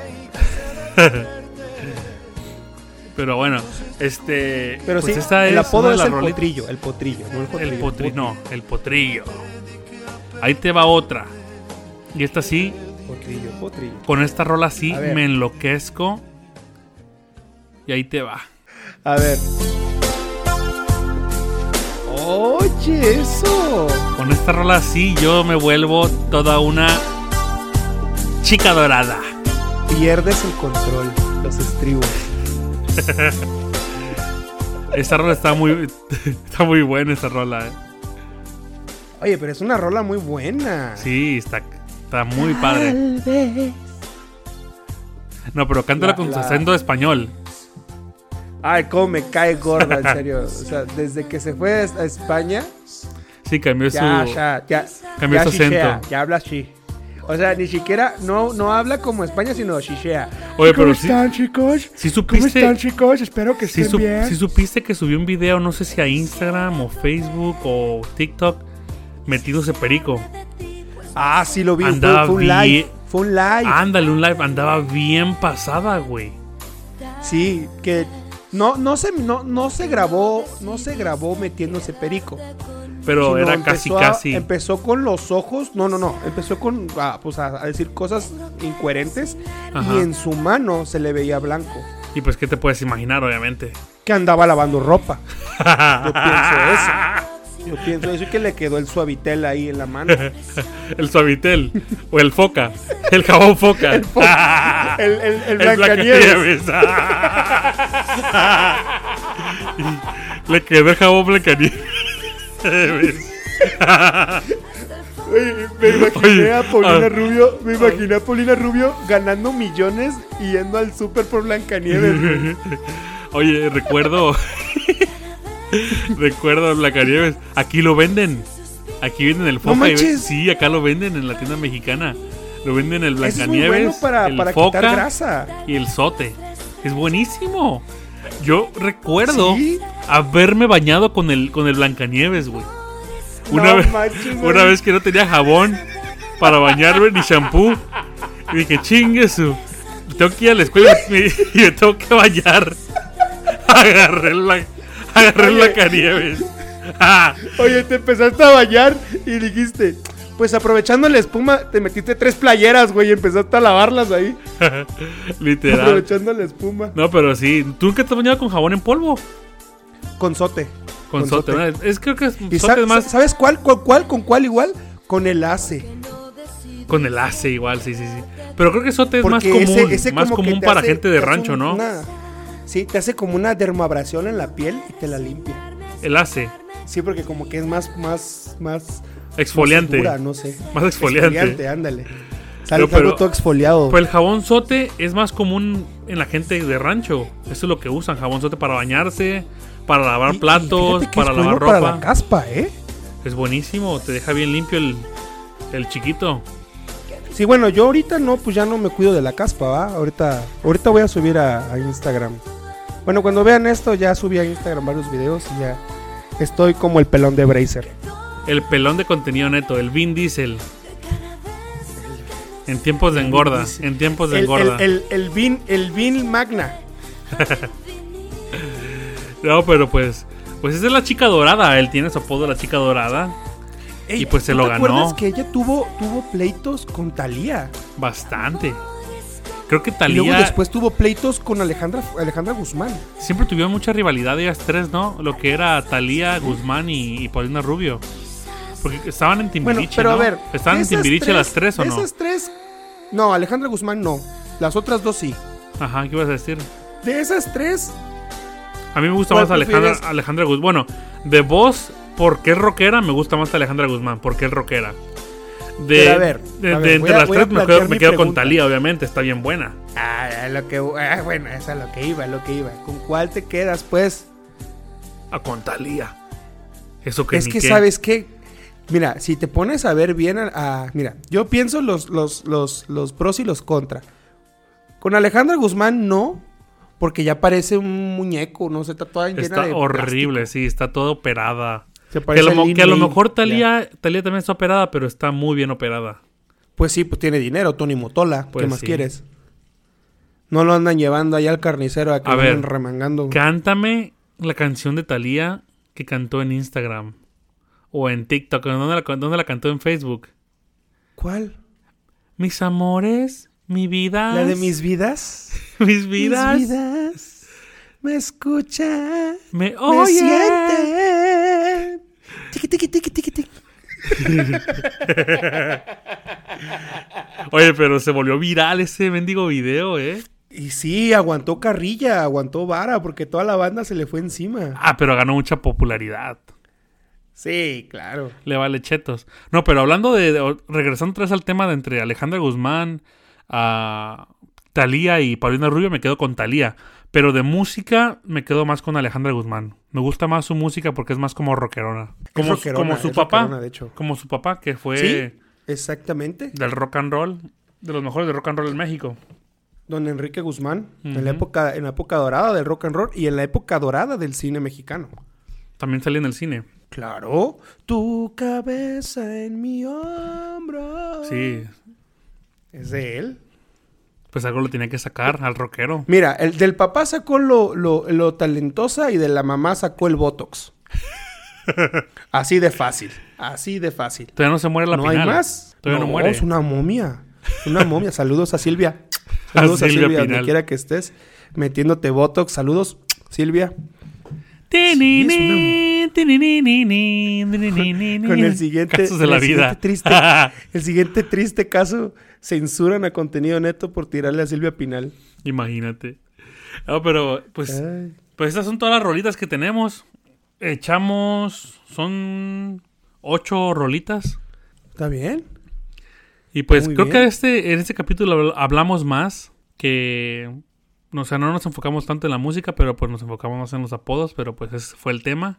Pero bueno, este, Pero pues sí, esta el es una apodo de es las el rolitas- potrillo, el potrillo, no el El Jotrillo. potrillo, no, el potrillo. Ahí te va otra. Y esta sí, Potrillo, potrillo. con esta rola sí A ver. me enloquezco. Y ahí te va. A ver. Oye, eso. Con esta rola sí yo me vuelvo toda una chica dorada. Pierdes el control, los estribos. Esta rola está muy está muy buena esta rola. eh. Oye, pero es una rola muy buena. Sí, está está muy padre. Tal vez. No, pero cántala La- con su la- acento español. Ay, cómo me cae gorda, en serio. O sea, desde que se fue a España, Sí, cambió su ya, ya, ya. Cambió ya su shishea, acento. Ya habla así. O sea, ni siquiera, no, no habla como España, sino shishea. Oye, pero ¿Cómo sí, están, chicos? sí ¿Cómo están, supiste chicos? Espero que sí estén sup- bien. sí supiste que subió un video, no sé si a Instagram o Facebook o TikTok metidos de perico. Ah, sí lo vi. Fue, Andaba fue un bien- live. Fue un live. Ándale, un live andaba bien pasada, güey. Sí, que no, no se, no, no se grabó, no se grabó metiéndose perico. Pero sino era casi empezó a- casi. Empezó con los ojos, no, no, no, empezó con, ah, pues a, a decir cosas incoherentes Ajá. y en su mano se le veía blanco. Y pues qué te puedes imaginar, obviamente. Que andaba lavando ropa. Yo pienso eso. Yo pienso eso y que le quedó el suavitel ahí en la mano. El suavitel o el foca, el jabón foca. el El, el, el Blancanieves. Blancanieves. Le quedó el jabón Blancanieves. Oye, Me imaginé Oye, a Paulina ah. Rubio, me imaginé a Paulina Rubio ganando millones y yendo al súper por Blancanieves. güey. Oye, recuerdo. recuerdo a Blancanieves. Aquí lo venden. Aquí venden el foca. y ve- manches! sí, acá lo venden en la tienda mexicana. Lo venden el Eso es muy bueno Blancanieves, para, el para foca quitar grasa. y el sote. Es buenísimo. Yo recuerdo ¿Sí? haberme bañado con el con el Blancanieves, güey. Una, No vez, manches, güey. una vez que no tenía jabón para bañarme ni shampoo. Y dije, chingue su. Tengo que ir a la escuela y me, y me tengo que bañar. Agarré la, agarré el Oye. Blancanieves. Ah, Oye, te empezaste a bañar y dijiste, pues aprovechando la espuma, te metiste tres playeras, güey, y empezaste a lavarlas ahí, literal. aprovechando la espuma. No, pero sí. ¿Tú nunca te has bañado con jabón en polvo? Con sote. Con, Con sote. sote. ¿no? Es creo que es ¿Y sote sa- es más sabes cuál, cuál, cuál, con cuál igual? Con el ace. con el ace igual, sí, sí, sí. Pero creo que sote es Porque más común, ese- ese más como que común te para hace- gente te de hace rancho, un- ¿no? una- sí, te hace como una dermabrasión en la piel y te la limpia. El ace, Sí, porque como que es más, más, más... exfoliante. más segura, no sé. Más exfoliante. ándale. Sale No, pero- algo todo exfoliado. Pues el jabón sote es más común en la gente de rancho. Eso es lo que usan, jabón sote para bañarse, para Y- lavar y platos, fíjate que para es lavar bueno ropa. Para la caspa, ¿eh? es buenísimo, te deja bien limpio el, el chiquito. Sí, bueno, yo ahorita no, pues ya no me cuido de la caspa, ¿va? Ahorita, ahorita voy a subir a, a Instagram. Bueno, cuando vean esto, ya subí a Instagram varios videos y ya estoy como el pelón de Bracer. El pelón de contenido neto, el Vin Diesel. En tiempos de engorda, en tiempos de El, Pues engorda. el, el, el Vin, el Vin Magna. No, pero pues, pues esa es la chica dorada. Él tiene su apodo la chica dorada. Ey, Y pues se ¿tú lo te ganó. acuerdas que ella tuvo, tuvo pleitos con Talía? Bastante. Creo que Y luego Talía después tuvo pleitos con Alejandra, Alejandra Guzmán. siempre tuvieron mucha rivalidad ellas tres, ¿no? Lo que era Talía, Guzmán y, y Paulina Rubio. Porque estaban en Timbiriche, Bueno, pero a ¿no? ver. Estaban de en esas Timbiriche las tres, ¿o de no? Esas tres. No, Alejandra Guzmán no. Las otras dos sí. Ajá, ¿qué ibas a decir? De esas tres, A mí me gusta ¿Cuál más Alejandra, prefieres? Alejandra Guzmán. Bueno, de voz, porque es rockera, me gusta más Alejandra Guzmán, porque es rockera. De, Pero a ver, de- a de ver, voy entre a- las voy a tres me plantear quedo, me mi quedo con pregunta. Talía, obviamente, está bien buena. Ah, a lo que, ah, bueno, es a lo que iba, a lo que iba. ¿Con cuál te quedas, pues? A Ah, con Talía. Eso que es ni que, qué. ¿sabes qué? Mira, si te pones a ver bien, a, a- mira, yo pienso los, los, los, los pros y los contra. Con Alejandra Guzmán no, porque ya parece un muñeco, no se está toda llena Está de horrible, sí, está toda operada. Se Que a parece lo, a mo- Lin que a lo May, mejor ya. Talía, Talía también está operada, pero está muy bien operada. plástico. Pues sí, pues tiene dinero, Tony Motola, Pues ¿qué más sí. quieres? No lo andan llevando allá al carnicero a que A lo ver, anden remangando. Cántame la canción de Talía que cantó en Instagram. O en TikTok. ¿Dónde la, dónde la cantó en Facebook? ¿Cuál? Mis amores, mi vida. ¿La de mis vidas? mis vidas. Mis vidas. Me escucha. Me Me oye. siente. Tiki, tiki, tiki, tiki, tiki. Oye, pero se volvió viral ese mendigo video, ¿eh? Y sí, aguantó carrilla, aguantó vara, porque toda la banda se le fue encima. Ah, pero ganó mucha popularidad. Sí, claro. Le vale chetos. No, pero hablando de. de- o- regresando otra vez al tema de entre Alejandra Guzmán, a Talía y Paulina Rubio, me quedo con Talía. Pero de música, me quedo más con Alejandra Guzmán. Me gusta más su música porque es más como rockerona. Como, su- rockerona, como su es papá. rockerona, de hecho. Como su papá, que fue Sí, exactamente. del rock and roll. De los mejores de rock and roll en México. Don Enrique Guzmán, en, Ujú. la época, en la época dorada del rock and roll y en la época dorada del cine mexicano. También salió en el cine. Claro. Tu cabeza en mi hombro. Sí. Es de él. Pues algo lo tenía que sacar al rockero. Mira, el del papá sacó lo, lo- lo talentosa y de la mamá sacó el Botox. Así de fácil. Así de fácil. Todavía no se muere la ¿No Pinal. hay más? Todavía no, muere. es una momia. Una momia. Saludos a Silvia. A Saludos a Silvia Silvia, Pinal. donde quiera que estés. Metiéndote Botox. Saludos, Silvia. Tinini, es una tininini, tininini. Con el siguiente. Casos de la el vida. siguiente triste, el siguiente triste caso. Censuran a contenido neto por tirarle a Silvia Pinal. Imagínate. No, pero pues, Ay. pues estas son todas las rolitas que tenemos. Echamos. Son ocho rolitas. ¿Está bien? Y pues Muy creo bien. que este, en este capítulo habl- hablamos más que. O sea, no nos enfocamos tanto en la música, pero pues nos enfocamos más en los apodos, pero pues ese fue el tema.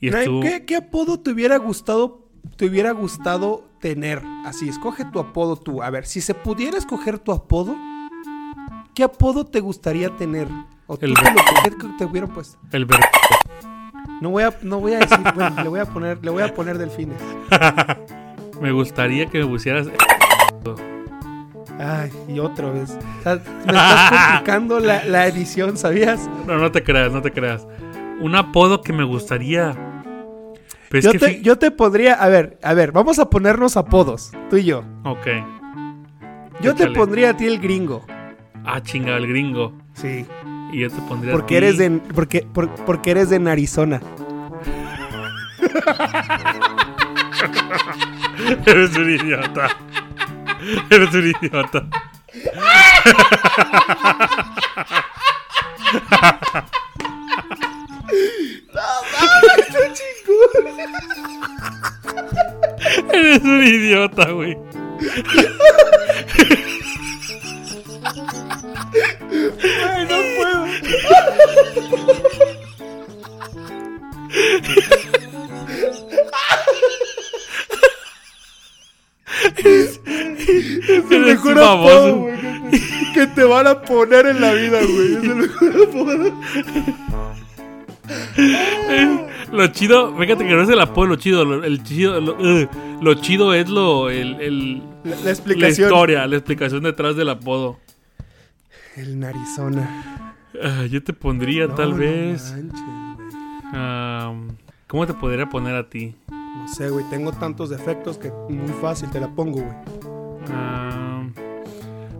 Y Nay, estuvo- ¿qué, qué apodo te hubiera gustado te hubiera gustado tener? Así, escoge tu apodo tú. A ver, si se pudiera escoger tu apodo, ¿qué apodo te gustaría tener? O tú El te ver- lo- ¿qué te hubieran puesto. el ver- No voy a, no voy a decir, bueno, le voy a poner, le voy a poner delfines. Me gustaría que me pusieras. Ay, y otra vez. O sea, me estás complicando la, la edición, ¿sabías? No, no te creas, no te creas. Un apodo que me gustaría. Pero es Yo que te, fi- yo te podría, a ver, a ver, vamos a ponernos apodos, tú y yo. Ok. Yo te Échale. pondría a ti el gringo. Ah, chinga, el gringo. Sí. Y yo te pondría. a ti- Porque eres de, porque, por- porque eres de Arizona. Eres un idiota. Eres un idiota. Eres un idiota, güey. no puedo. Es el Eres un mejor baboso. apodo, güey, que te- que te van a poner en la vida, güey. Es el mejor apodo. Lo chido, fíjate que no es el apodo, lo chido, lo, el chido, lo, ugh, lo chido es lo, el, el- La, la la explicación. historia, la explicación detrás del apodo. El narizona. Ah, yo te pondría tal No, no vez. manches, güey. am, ¿Cómo te podría poner a ti? No sé, güey. Tengo tantos defectos que muy fácil te la pongo, güey. Am,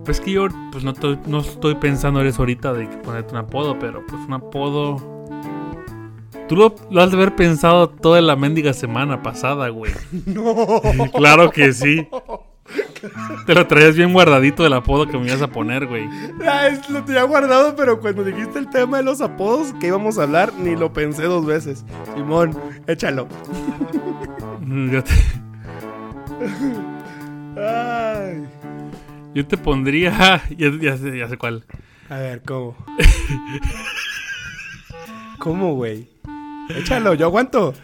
pues que yo pues no, to- no estoy pensando eres ahorita de que ponerte un apodo, pero pues un apodo. Tú lo, lo has de haber pensado toda la mendiga semana pasada, güey. No. Claro que sí. Te lo traías bien guardadito del apodo que me ibas a poner, güey. Ah, es- lo tenía guardado, pero cuando dijiste el tema de los apodos que íbamos a hablar, ni lo pensé dos veces. Simón, échalo. Mm, Yo te, Ay. yo te pondría. Ya, ya sé, ya sé cuál. A ver, ¿cómo? ¿Cómo, güey? Échalo, yo aguanto.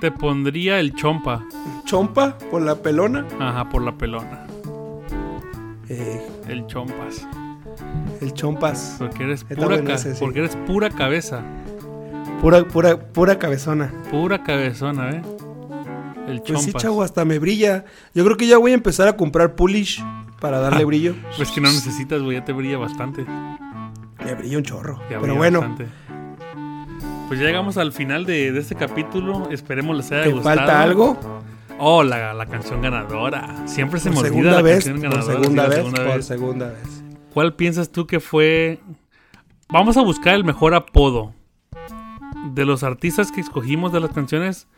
Te pondría el chompa. Chompa por la pelona. Ajá, por la pelona. Eh, El chompas. el chompas. Porque eres Está pura, bueno ca- ese, sí. porque eres pura cabeza. Pura, pura, pura cabezona. Pura cabezona, ¿eh? El Pues chompas. sí, chavo, hasta me brilla. Yo creo que ya voy a empezar a comprar Pulish para darle brillo. Pues que no necesitas, güey. Ya te brilla bastante. Me brilla un chorro. Ya brilla Pero bueno, bastante. Pues ya llegamos al final de, de este capítulo. Esperemos les haya ¿Te gustado. falta algo? Oh, la, la canción ganadora. Siempre se Por me olvida segunda la vez, canción por ganadora. segunda Sí, la vez, segunda por vez. segunda vez. ¿Cuál piensas tú que fue? Vamos a buscar el mejor apodo. De los artistas que escogimos de las canciones,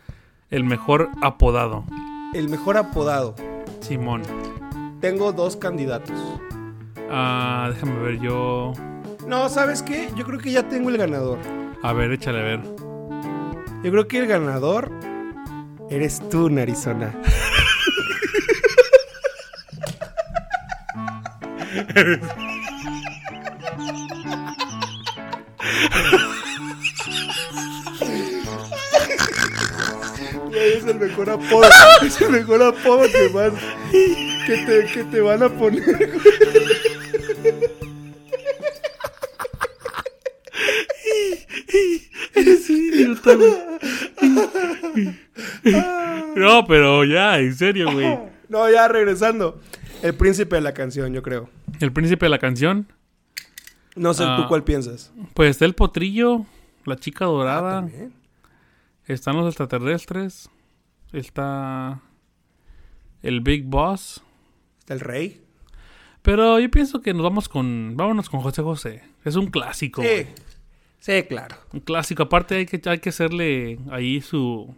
el mejor apodado. El mejor apodado. Simón. Tengo dos candidatos. Ah, déjame ver yo. No, ¿sabes qué? Yo creo que ya tengo el ganador. A ver, échale a ver. Yo creo que el ganador eres tú, Narizona. es el mejor apodo. Es el mejor apodo que, vas, que, te, que te van a poner. Eres un idiota, güey. No, pero ya, en serio, güey. No, ya regresando. El príncipe de la canción, yo creo. El príncipe de la canción. No sé Ah. tú cuál piensas. Pues está el potrillo, la chica dorada. Están los extraterrestres. Está el Big Boss. Está el rey. Pero yo pienso que nos vamos con. Vámonos con José José. Es un clásico. güey. Sí, claro. Un clásico. Aparte hay que, hay que hacerle ahí su,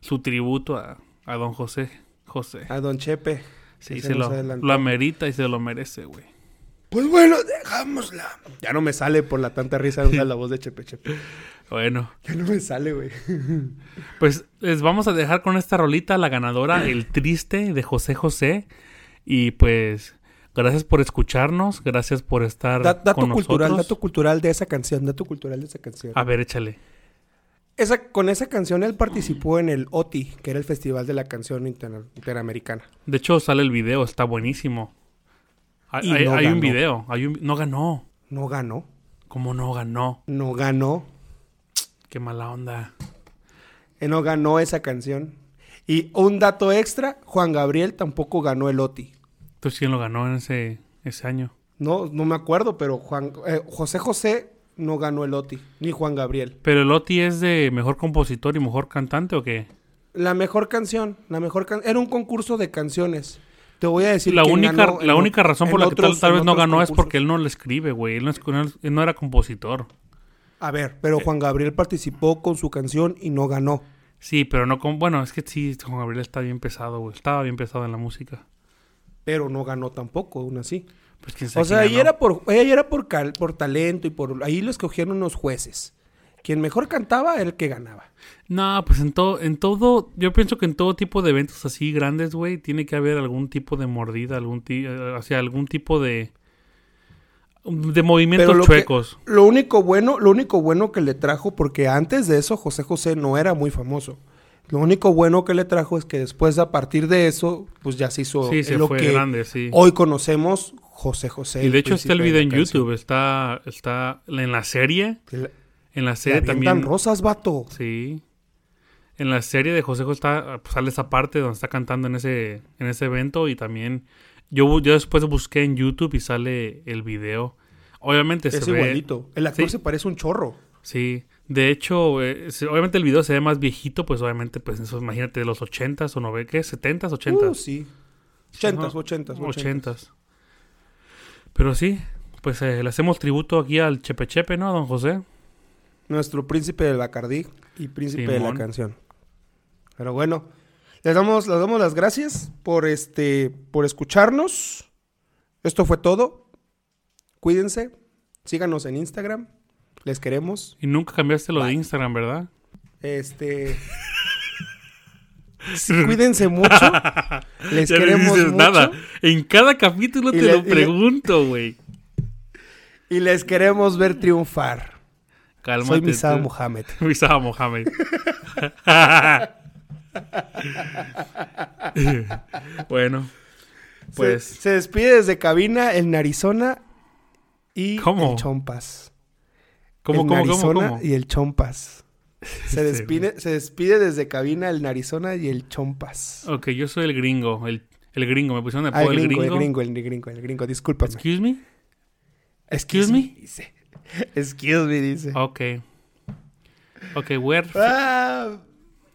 su tributo a, a don José. José. A Don Chepe. Sí, que se se nos lo, adelantó. lo amerita y se lo merece, güey. Pues bueno, dejámosla. Ya no me sale por la tanta risa de la voz de Chepe Chepe. Bueno, Ya no me sale, güey. pues les vamos a dejar con esta rolita la ganadora, El Triste de José José. Y pues, gracias por escucharnos, gracias por estar Da- dato con cultural, nosotros. dato cultural de esa canción, dato cultural de esa canción. A ver, échale. Esa, con esa canción él participó en el OTI, que era el Festival de la Canción Inter- Interamericana. De hecho, sale el video, está buenísimo. Hay, Y hay- no hay un ganó. video, hay un, no ganó. No ganó, ¿Cómo no ganó? no ganó, Qué mala onda. eh, no ganó esa canción. Y un dato extra, Juan Gabriel tampoco ganó el OTI. ¿Tú quién lo ganó en ese, ese año? No, no me acuerdo, pero Juan, eh, José José no ganó el OTI, ni Juan Gabriel. ¿Pero el Oti es de mejor compositor y mejor cantante o qué? La mejor canción, la mejor can- era un concurso de canciones. Te voy a decir la quién única, ganó la en o- única razón por en la que tal, otros- tal en vez no otros ganó es concursos. porque él no le escribe, güey. Él no, es- no- él no era compositor. A ver, pero Juan Gabriel participó con su canción y no ganó. Sí, pero no con... Bueno, es que sí, Juan Gabriel está bien pesado, güey. Estaba bien pesado en la música. Pero no ganó tampoco, aún así. Pues quién sabe O sea, quién ahí ganó. era, por, ahí era por, cal- por talento y por... Ahí lo escogieron unos jueces. Quien mejor cantaba era el que ganaba. No, pues en todo, en todo, yo pienso que en todo tipo de eventos así grandes, güey, tiene que haber algún tipo de mordida, algún ti, eh, o sea, algún tipo de de movimientos lo, que- chuecos. lo único bueno, lo único bueno que le trajo, porque antes de eso José José no era muy famoso. Lo único bueno que le trajo es que después, a partir de eso, pues ya se hizo Sí, se lo fue que grande, sí. hoy conocemos José José. y de hecho está el príncipe video de en la canción. YouTube, está está en la serie, Le- en la le serie avientan también. rosas, vato. Sí. En la serie de José José está, pues, sale esa parte donde está cantando en ese, en ese evento y también yo, bu- yo después busqué en YouTube y sale el video. Obviamente Es se ve- igualito. El actor Sí. se parece un chorro. Sí, de hecho, eh, se- obviamente el video se ve más viejito, pues obviamente, pues eso, imagínate, de los 80s o no ve, ¿qué? ¿70s, 80s? Uh, sí. Ochentas, ochentas, ochentas. 80s. Pero sí, pues eh, le hacemos tributo aquí al Chepe Chepe, ¿no, don José? Nuestro príncipe de la Cardi y príncipe de Simón. la canción. Pero bueno, les damos, les damos las gracias por este, por escucharnos. Esto fue todo. Cuídense, síganos en Instagram. Les queremos. Y nunca cambiaste lo de Instagram, ¿verdad? Este. Cuídense mucho. Les Ya no queremos dices mucho. nada. En cada capítulo Y te le- lo y le- pregunto, güey. Y les queremos ver triunfar. Cálmate. Soy Misada tú. Mohamed. Misada Mohamed. bueno, pues... Se, se despide desde cabina el Narizona y ¿Cómo? el Chompas. ¿Cómo, el cómo, cómo, Narizona cómo? y el Chompas. Se despide, se despide desde cabina el Narizona y el Chompas. Ok, yo soy el gringo. El, el gringo, me pusieron de Ah, apodo el Ah, el gringo, gringo. el gringo, el gringo, el gringo, discúlpame. Excuse me. Excuse me. Ah. Dice. Excuse me, dice. Ok. Ok, where. Ah,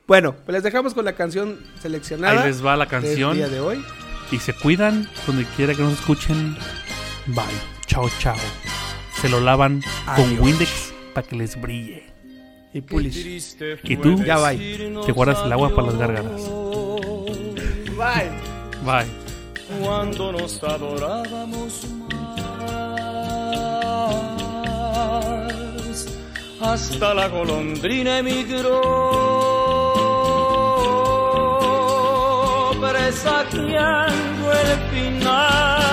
bueno, pues les dejamos con la canción seleccionada. Ahí les va la del canción. día de hoy. Y se cuidan donde quiera que nos escuchen. Bye. Chao, chao. Se lo lavan Adiós. con Windex para que les brille. Y Pulish. Y tú Ya va. te guardas el agua para las gárgaras. Bye. Bye. cuando nos adorábamos más. Hasta la golondrina emigró, presagiando el final. Mm,